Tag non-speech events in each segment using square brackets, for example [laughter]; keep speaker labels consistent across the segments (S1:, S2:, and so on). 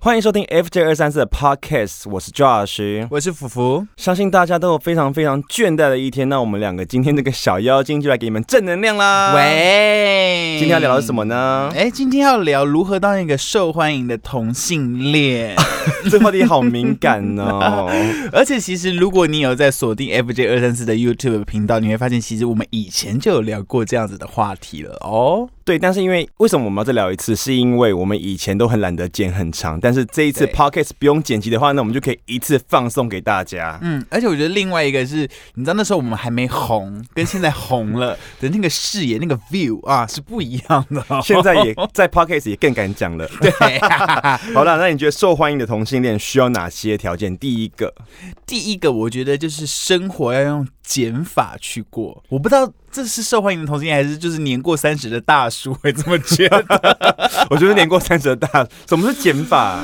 S1: 欢迎收听 FJ 二三四的 Podcast，我是 Josh。
S2: 我是福福，
S1: 相信大家都有非常非常倦怠的一天，那我们两个今天这个小妖精就来给你们正能量啦。，
S2: 喂，
S1: 今天要聊的是什么？呢？
S2: 哎，今天要聊如何当一个受欢迎的同性恋， [laughs]
S1: 这话题好敏感哦。
S2: 而且其实如果你有在锁定 FJ 二三四的 YouTube 频道，你会发现其实我们以前就有聊过这样子的话题了哦。
S1: 对，但是因为为什么我们要再聊一次？是因为我们以前都很懒得剪很长，但是这一次
S2: 对
S1: Podcast 不用剪辑的话，那我们就可以一次放送给大
S2: [laughs]
S1: 家。
S2: 嗯，而且我觉得另外一个是，你知道那时候我们还没红，跟现在红了的那个视野、那个 view 啊是不一样的、哦。
S1: 现在也在 Podcast 也更敢讲了。
S2: 对、
S1: [laughs] 好了，那你觉得受欢迎的同性恋需要哪些条件？第一个，
S2: 第一个，我觉得就是生活要用减法去过。我不知道这是受欢迎的同性恋，还是就是年过三十的大叔会这么
S1: [laughs]
S2: 觉得。
S1: 我觉得年过三十的大，
S2: [laughs]
S1: 什么是减法？
S2: 啊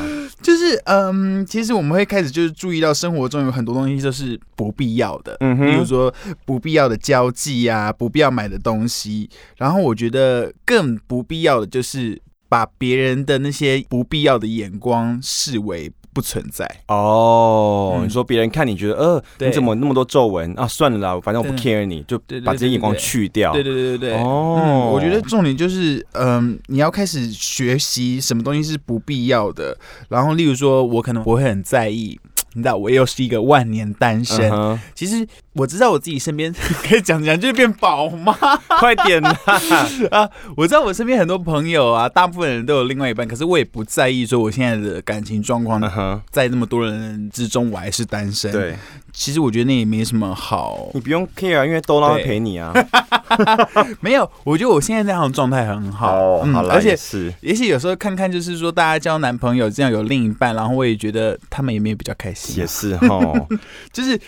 S2: 就是嗯，其实我们会开始就是注意到生活中有很多东西都是不必要的，
S1: 嗯哼
S2: 比如说不必要的交际啊，不必要买的东西。然后我觉得更不必要的就是把别人的那些不必要的眼光视为不存在。
S1: 哦，
S2: 嗯
S1: 你说别人看你觉得，呃，
S2: 对
S1: 你怎么那么多皱纹啊？算了啦，反正我不
S2: 对
S1: care 你，就
S2: 对对
S1: 把这些眼光去掉。
S2: 对对对对对。嗯
S1: 哦，，
S2: 我觉得重点就是，嗯，你要开始学习什么东西是不必要的。然后，例如说，我可能我会很在意，你知道，我又是一个万年单身。
S1: 嗯
S2: 其实我知道我自己身边嗯可以讲讲，就是变宝妈。
S1: 哼 [laughs] 快点
S2: [laughs]
S1: 啦！
S2: 我知道我身边很多朋友啊，大部分人都有另外一半，可是我也不在意说我现在的感情状况
S1: 嗯，哼，
S2: 在那么多人之中，我还是单身。，
S1: 对
S2: 其实我觉得那也没什么好
S1: 你不用 care，啊因为都让会
S2: 对
S1: 陪你啊。
S2: 没有，我觉得我现在这样的状态很好，嗯
S1: 好啦
S2: 而且
S1: 也是
S2: 也许有时候看看，就是说大家交男朋友这样有另一半，然后我也觉得他们也没有比较开心啊、
S1: 也是
S2: [laughs]
S1: 哈，
S2: 就是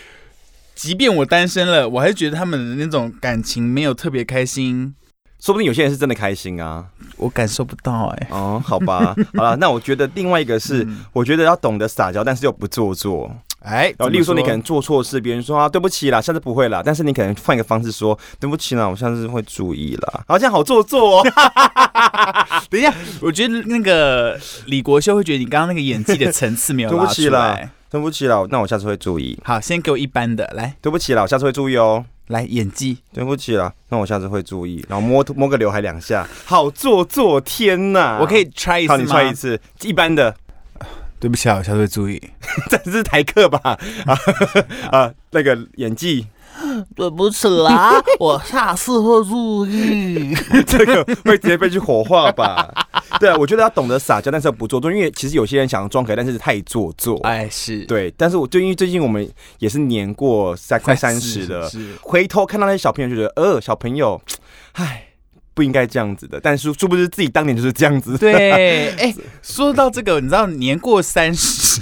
S2: 即便我单身了，我还是觉得他们的那种感情没有特别开心，
S1: 说不定有些人是真的开心啊。
S2: 我感受不到哎、
S1: 哦，好吧，好了，那我觉得另外一个是，
S2: 嗯
S1: 我觉得要懂得撒娇，但是又不做作。
S2: 哎，
S1: 然后，
S2: 怎么
S1: 哦例如说你可能做错事，别人说啊对不起啦，下次不会啦，但是你可能换一个方式说对不起啦，我下次会注意啦。然后这样好做作哦。
S2: 啊等一下，我觉得那个李国修会觉得你刚刚那个演技的层次没
S1: [laughs]
S2: 有
S1: 对不
S2: 拉
S1: 起
S2: 出
S1: 啦
S2: 来。
S1: 对不起啦，那我下次会注意。
S2: 好，先给我一般的，来
S1: 对不起啦，我下次会注意哦。
S2: 来演技，
S1: 对不起啦，那我下次会注意。然后摸摸个刘海两下，好做作，天哪！
S2: 我可以啊 try 一次
S1: 好，
S2: 吗？
S1: 你踹一次，一般的，
S2: 对不起啊，我下次会注意。
S1: 这是台客吧？ [laughs] 啊啊，那个演技， [laughs]
S2: 对不起 [laughs] 啦，我下次会注意。
S1: 这个会直接被去火化吧？对啊，我觉得要懂得撒娇，但是要不做作，因为其实有些人想装可爱，但是太做作。
S2: 哎，是，
S1: 对，但是我就因为最近我们也是年过三快三十了，
S2: 是是
S1: 回头看到那些小朋友，就觉得呃，小朋友，唉，不应该这样子的。但是殊不知自己当年就是这样子。
S2: [laughs] 对，哎、说到这个，你知道年过三十，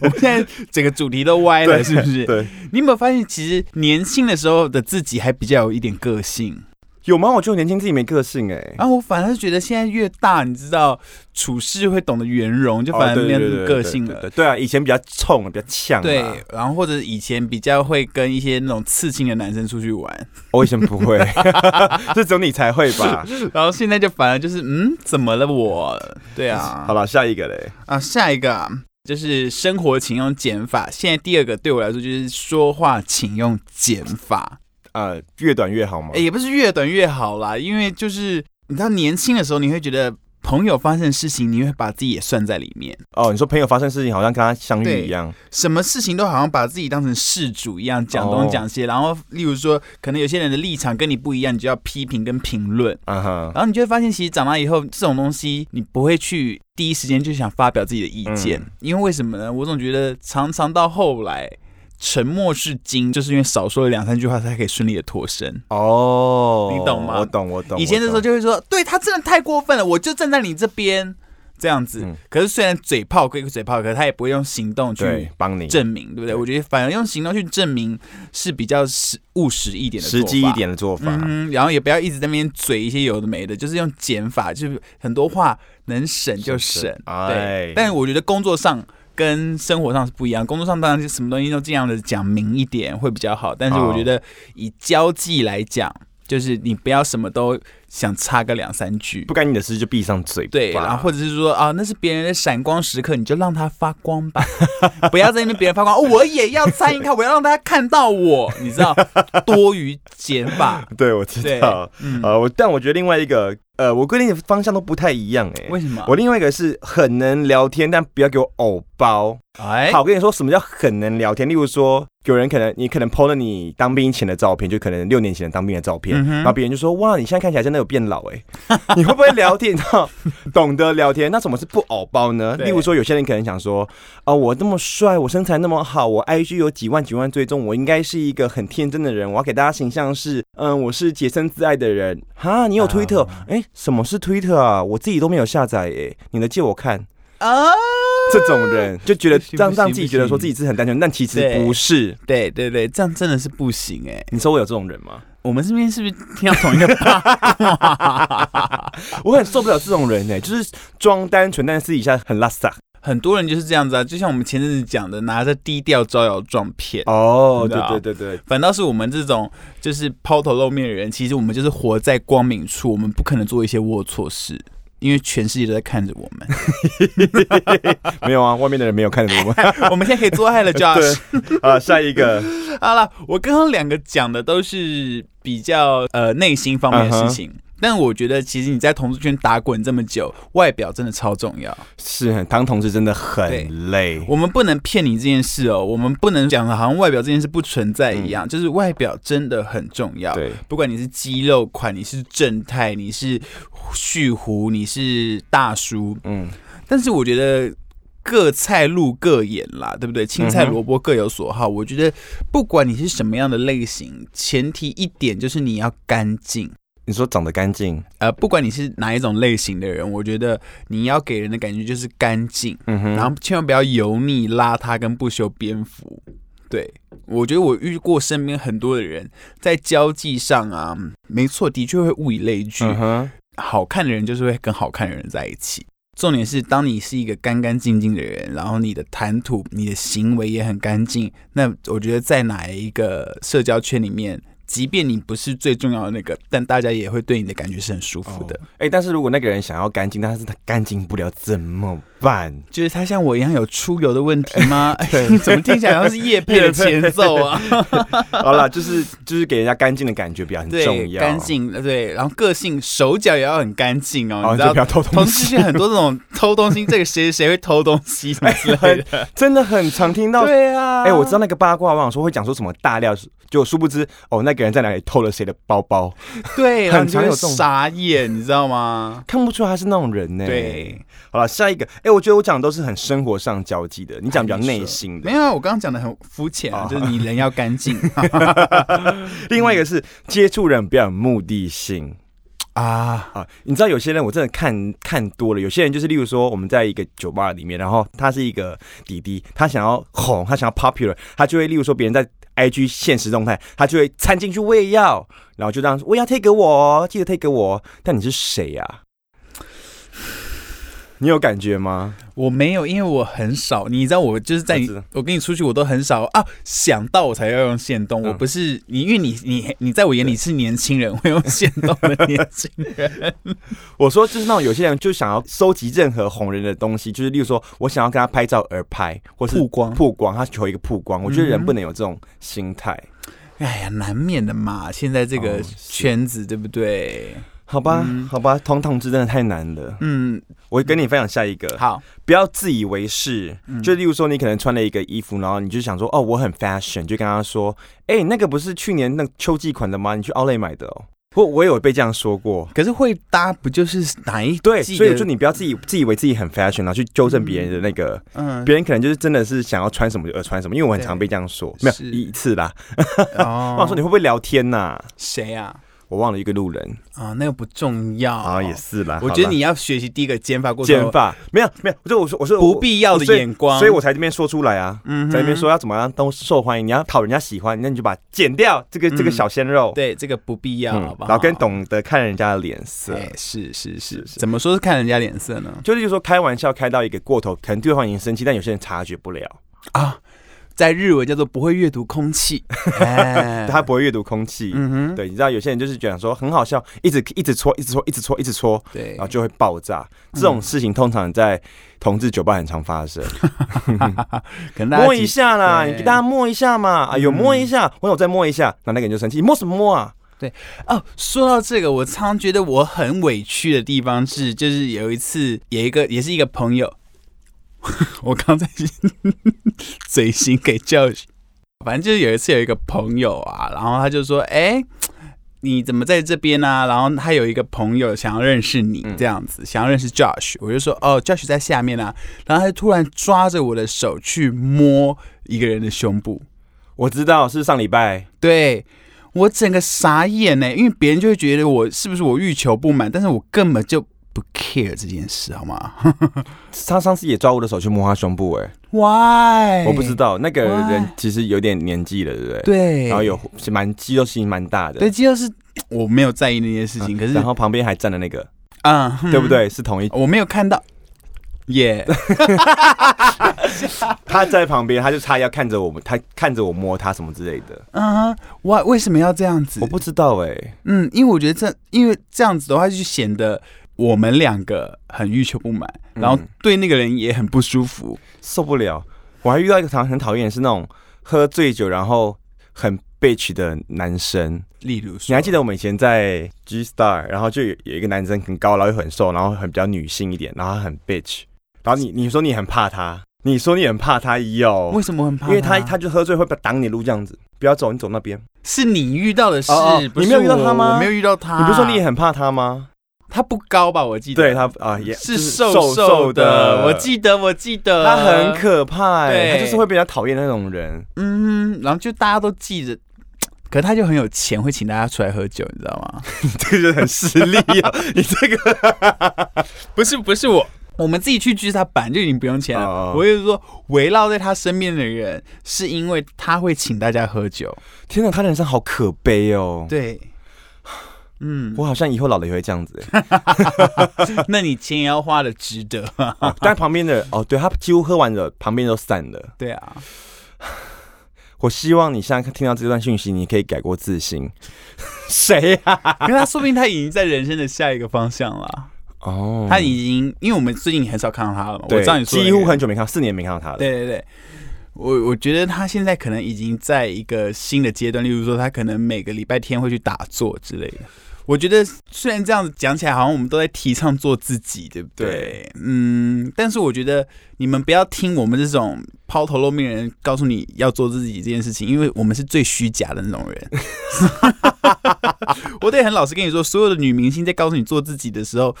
S2: 我们现在整个主题都歪了，是不是？
S1: 对，
S2: 你有没有发现，其实年轻的时候的自己还比较有一点个性
S1: 有吗？我觉得我年轻自己没个性哎、
S2: 啊？我反而觉得现在越大，你知道处事会懂得圆融，就
S1: 哦
S2: 反而
S1: 对
S2: 没有
S1: 对
S2: 那
S1: 对
S2: 么
S1: 对
S2: 个性
S1: 对对
S2: 了。
S1: 对啊，以前比较冲，比较呛、啊。
S2: 对，，然后或者以前比较会跟一些那种刺青的男生出去玩，
S1: 我以前不
S2: [laughs]
S1: 会，这只有你才会吧？
S2: 然后现在就反而就是嗯，怎么了我？对啊，
S1: 好了，下一个嘞。
S2: 啊，下一个啊就是生活请用减法。现在第二个对我来说就是说话请用减法，
S1: 呃，越短越好吗？
S2: 诶也不是越短越好啦，因为就是你知道年轻的时候，你会觉得朋友发生的事情，你会把自己也算在里面，
S1: 哦，你说朋友发生事情，好像跟他相遇一样。
S2: 什么事情都好像把自己当成事主一样，讲
S1: 哦
S2: 东讲西。然后例如说，可能有些人的立场跟你不一样，你就要批评跟评论。
S1: 嗯哼，
S2: 然后你就会发现，其实长大以后，这种东西你不会去第一时间就想发表自己的意见，
S1: 嗯
S2: 因为为什么呢？我总觉得常常到后来，沉默是金，就是因为少说了两三句话才可以顺利的脱身。
S1: 哦，
S2: 你懂吗
S1: 我懂，我懂。
S2: 以前的时候
S1: 我懂
S2: 就会说，对他真的太过分了，我就站在你这边这样子。
S1: 嗯
S2: 可是虽然嘴炮归嘴炮，可是他也不会用行动去
S1: 对帮你
S2: 证明，对不对？我觉得反而用行动去证明是比较实务实一点的做
S1: 实
S2: 法，
S1: 际一点的做法。
S2: 嗯，然后也不要一直在那边嘴一些有的没的，就是用减法，就是很多话能省就省。
S1: 哎
S2: 对，，但我觉得工作上跟生活上是不一样，工作上当然是什么东西都尽量的讲明一点会比较好，但是我觉得以交际来讲，就是你不要什么都想插个两三句
S1: 不。干你的事就闭上嘴巴。
S2: 对，然后或者是说啊，那是别人的闪光时刻，你就让它发光吧，不要在那边别人发光，哦我也要参与看，我要让大家看到我，你知道，多余减法，
S1: 对，我知
S2: 对
S1: 道。，
S2: 嗯，
S1: 呃，我但我觉得另外一个，呃，我规定的方向都不太一样哎、
S2: 为什么？
S1: 我另外一个是很能聊天，但不要给我偶包。
S2: 哎
S1: 好，，我跟你说什么叫很能聊天。例如说，有人可能你可能 PO 了你当兵前的照片，就可能六年前的当兵的照片，
S2: 嗯哼
S1: 然后别人就说：“哇，你现在看起来真的有变老哎、你会不会聊天？你知道，懂得聊天。那什么是不偶包呢？
S2: 对
S1: 例如说，有些人可能想说：“哦，我那么帅，我身材那么好，我 IG 有几万几万追踪，我应该是一个很天真的人。我要给大家形象是，嗯，我是洁身自爱的人。哈，你有
S2: 啊
S1: Twitter？哎、什么是 Twitter 啊？我自己都没有下载哎、你能借我看？
S2: 啊，
S1: 这种人就 [laughs] 觉得
S2: 不行
S1: 让
S2: 不
S1: 让
S2: 行
S1: 自己
S2: 不
S1: 觉得说
S2: 行
S1: 自己是很单纯，但其实
S2: 对
S1: 不是。
S2: 对对对，这样真的是不行哎、
S1: 你说我有这种人吗？
S2: 我们这边是不是听到同一 [laughs] 个八卦？
S1: 我很受不了这种人呢、就是装单纯，但是私底下很拉萨。
S2: 很多人就是这样子啊，就像我们前阵子讲的，拿着低调招摇撞骗。
S1: 哦
S2: 对啊
S1: 对对对对，
S2: 反倒是我们这种就是抛头露面的人，其实我们就是活在光明处，我们不可能做一些龌龊事，因为全世界都在看着我 [laughs] 们。
S1: 没有啊，外面的人没有看着我们。
S2: 我们现在可以做爱了，Josh。
S1: 对 [laughs] 啊，下一个，
S2: 好了，我刚刚两个讲的都是比较呃内心方面的事情。但我觉得，其实你在同志圈打滚这么久，外表真的超重要。
S1: 是当同志真的
S2: 对
S1: 很累。
S2: 我们不能骗你这件事哦，我们不能讲的好像外表这件事不存在一样，就是外表真的很重要。
S1: 对，
S2: 不管你是肌肉款，你是正太，你是蓄胡，你是大叔，
S1: 嗯，
S2: 但是我觉得各菜路各眼啦，对不对？青菜
S1: 嗯哼
S2: 萝卜各有所好。我觉得不管你是什么样的类型，前提一点就是你要干净。
S1: 你说长得干净，
S2: 呃，不管你是哪一种类型的人，我觉得你要给人的感觉就是干净，
S1: 嗯哼
S2: 然后千万不要油腻、邋遢跟不修边幅。对，我觉得我遇过身边很多的人在交际上啊，没错，的确会物以类聚，
S1: 嗯哼，
S2: 好看的人就是会跟好看的人在一起。重点是，当你是一个干干净净的人，然后你的谈吐、你的行为也很干净，那我觉得在哪一个社交圈里面，即便你不是最重要的那个，但大家也会对你的感觉是很舒服的。
S1: 哦哎，但是如果那个人想要干净，但是他干净不了怎么 [laughs] 办？
S2: 就是他像我一样有出游的问题
S1: [laughs]
S2: 吗？哎怎么听起来好像是叶配的前奏啊？
S1: 好啦，就是就是给人家干净的感觉比较很重
S2: 对，
S1: 要，
S2: 干，净，呃对，然后个性、手脚也要很干净哦，
S1: 好
S2: 你知
S1: 就
S2: 道
S1: 不。要偷
S2: 同
S1: 东
S2: 事
S1: 西。
S2: 圈很多这种偷东西，这个谁谁会偷东西什么之类
S1: [laughs]
S2: 的？
S1: 真的很常听到
S2: 对啊，
S1: 哎、我知道那个八卦，我想说会讲说什么大料，就殊不知哦，那个人在哪里偷了谁的包包，
S2: 对，
S1: 很
S2: 然后你就
S1: 常
S2: 会
S1: 有这种
S2: 傻眼，你知道吗？
S1: 看不出他是那种人呢、
S2: 对，，
S1: 好了，下一个，哎、我觉得我讲的都是很生活上交际的，你讲比
S2: 哎
S1: 较内心的。
S2: 没有啊，我刚刚讲的很肤浅啊
S1: 哦，
S2: 就是你人要干净
S1: 另外一个是接触人比较有目的性
S2: 啊。
S1: [laughs] 啊，你知道有些人我真的看看多了，有些人就是例如说我们在一个酒吧里面，然后他是一个弟弟，他想要红，他想要 popular，他就会例如说别人在。IG 现实动态，他就会掺进去，我也要，然后就这样，我也要推给我哦，记得推给我哦。但你是谁呀、你有感觉吗？
S2: 我没有，因为我很少，你知道，我就是在
S1: 我
S2: 你
S1: 知道
S2: 我跟你出去，我都很少啊，想到我才要用线动，
S1: 嗯
S2: 我不是你，因为你你你在我眼里是年轻人，会用线动的年轻人。
S1: 我说就是那种有些人就想要收集任何红人的东西，就是例如说我想要跟他拍照而拍，或是
S2: 曝光
S1: 曝光，他求一个曝光。我觉得人
S2: 嗯
S1: 不能有这种心态，
S2: [laughs] 哎呀，难免的嘛，现在这个
S1: 哦是
S2: 圈子对不对？
S1: 好吧？
S2: 嗯
S1: 好吧，同同志真的太难了。
S2: 嗯，
S1: 我跟你分享下一个，
S2: 好，
S1: 不要自以为是。
S2: 嗯
S1: 就例如说，你可能穿了一个衣服，然后你就想说，哦，我很 fashion，就跟他说，哎、那个不是去年那个秋季款的吗？你去 Olay 买的哦。我我有被这样说过。
S2: 可是会搭不就是哪一
S1: 对，
S2: 季
S1: 所以我
S2: 的
S1: 说你不要自己自以为自己很 fashion，然后去纠正别人的那个
S2: 嗯
S1: 别人可能就是真的是想要穿什么就穿什么，因为我很常被这样说，没有
S2: 是
S1: 一次啦。
S2: 哦
S1: 我想说你会不会聊天呐、
S2: [laughs] 谁啊？
S1: 我忘了一个路人
S2: 啊，那个不重要。
S1: 啊、也，是啦。
S2: 哦我
S1: 好
S2: 觉得
S1: 啦
S2: 你要学习第一个减法过程，
S1: 剪发没有没有，我就我说我说
S2: 不必要的眼光，
S1: 我所以所以我才这边说出来啊，
S2: 嗯哼
S1: 在那边说要怎么样都受欢迎，你要讨人家喜欢，那你就把它剪掉这个这个
S2: 嗯
S1: 小鲜肉，嗯
S2: 对这个不必要，好不好？
S1: 然后跟懂得看人家的脸色。
S2: 哎，是是是
S1: 是，是
S2: 怎么说是看人家脸色呢？
S1: 就是说开玩笑开到一个过头，可能对方已经生气，但有些人察觉不了。
S2: 啊，在日文叫做不会阅读空气。 [laughs] 哎
S1: 他不会阅读空气。
S2: 嗯哼，
S1: 对，你知道有些人就是讲说很好笑，一直一直戳，一直戳，一直戳，一直戳，
S2: 对嗯
S1: 然后就会爆炸。这种事情通常在同志酒吧很常发生。
S2: 可能大
S1: 摸
S2: 家
S1: 一
S2: 几
S1: 下啦，
S2: 对
S1: 你给大家摸一下嘛。啊，有摸一下，我有再摸一下，那那个人就生气，你摸什么摸啊？
S2: 哦，说到这个，我常觉得我很委屈的地方是，就是有一次有一个也是一个朋友， [laughs] 我刚在 [laughs] 嘴型给教训，反正就是有一次有一个朋友啊，然后他就说：“哎、你怎么在这边呢、啊然后他有一个朋友想要认识你，
S1: 嗯
S2: 这样子、想要认识 Josh，我就说：“哦，Josh 在下面啊。”然后他就突然抓着我的手去摸一个人的胸部。
S1: 我知道是上礼拜，
S2: 对我整个傻眼呢，因为别人就会觉得我是不是我欲求不满，但是我根本就不 care 这件事，好吗 [laughs]
S1: 他上次也抓我的手去摸他胸部，哎，
S2: ？Why？
S1: 我不知。道那个人
S2: Why？
S1: 其实有点年纪了，对不哎对？。
S2: 对，
S1: 然后有是蛮肌肉型蛮大的，啊
S2: 对，这就是我没有在意那些事情，可是
S1: 然后旁边还站了那个，
S2: 嗯，哼
S1: 对不？对？是同一，
S2: 我没有看到。耶、
S1: [laughs] 他在旁边，他就叉腰看着我们，他看着我摸他什么之类的，
S2: 嗯哼，我为什么要这样子
S1: 我？不知道哎、
S2: 嗯，因为我觉得这，因为这样子的话，就显得我们两个很欲求不满，然后
S1: 嗯
S2: 对那个人也很不舒服。
S1: 受不了。我还遇到一个常很讨厌的是那种喝醉酒然后很 bitch 的男生，
S2: 例如说，
S1: 你还记得我们以前在 G Star，然后就有有一个男生很高，然后又很瘦，然后很比较女性一点，然后他很 bitch，然后你你说你很怕他，你说你很怕他，有
S2: 为，什么很怕？
S1: 因为他他就喝醉会挡你路这样子，不要走，你走那边。
S2: 是你遇到的事，
S1: 哦哦
S2: 不是
S1: 你没有遇到他吗
S2: 我我没有遇到他。
S1: 你不是说你也很怕他吗？
S2: 他不高吧？我记得，
S1: 对他啊，也
S2: 是
S1: 就是
S2: 瘦
S1: 瘦
S2: 瘦
S1: 的，
S2: 我记得，我记得，
S1: 他很，可怕哎、
S2: 对
S1: 他就是会被人家讨厌的那种人。
S2: 嗯，然后就大家都记着。可是他就很有钱，会请大家出来喝酒，你知道吗？
S1: 这个人很势利
S2: 哦
S1: 啊！ [laughs] 你这个
S2: 不是，不是我，我们自己去聚他版就已经不用钱了。
S1: 哦哦
S2: 我就是说，围绕在他身边的人，是因为他会请大家喝酒。
S1: 天哪，他的人生好可悲哦。
S2: 对，嗯，
S1: 我好像以后老了也会这样子、欸
S2: 那你钱也要花的值得。
S1: 哦但旁边的哦，对他几乎喝完了，旁边都散了。
S2: 对啊，
S1: 我希望你现在听到这段讯息，你可以改过自新。 [laughs] 谁啊呀、
S2: 可是他说不定他已经在人生的下一个方向了。
S1: 哦，
S2: 他已经，因为我们最近很少看到他了嘛，我
S1: 对
S2: 知道你说的那
S1: 几
S2: 个
S1: 乎很久没看到，四年没看到他了。
S2: 对对对，我我觉得他现在可能已经在一个新的阶段，例如说他可能每个礼拜天会去打坐之类的。我觉得虽然这样子讲起来，好像我们都在提倡做自己，对不对？
S1: 对
S2: 嗯，但是我觉得你们不要听我们这种抛头露面的人告诉你要做自己这件事情，因为我们是最虚假的那种
S1: [laughs]
S2: 人。我得很老实跟你说，所有的女明星在告诉你做自己的时候，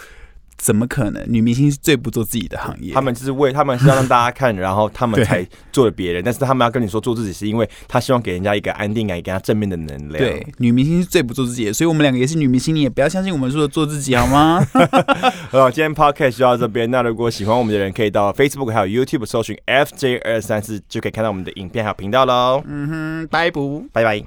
S2: 怎么可能？女明星是最不做自己的行业。
S1: 他们就是为他们是要让大家看，然后他们
S2: 对
S1: [laughs] 才做了别人，但是他们要跟你说做自己，是因为他希望给人家一个安定感，也给他正面的能量。
S2: 对，，女明星是最不做自己的，所以我们两个也是女明星，你也不要相信我们说的做自己好吗？ [laughs]
S1: 好，今天 podcast 就到这边。那如果喜欢我们的人，可以到 Facebook 还有 YouTube 搜寻 FJ 二三四，就可以看到我们的影片还有频道喽。
S2: 嗯嗯哼，拜拜。
S1: 拜拜。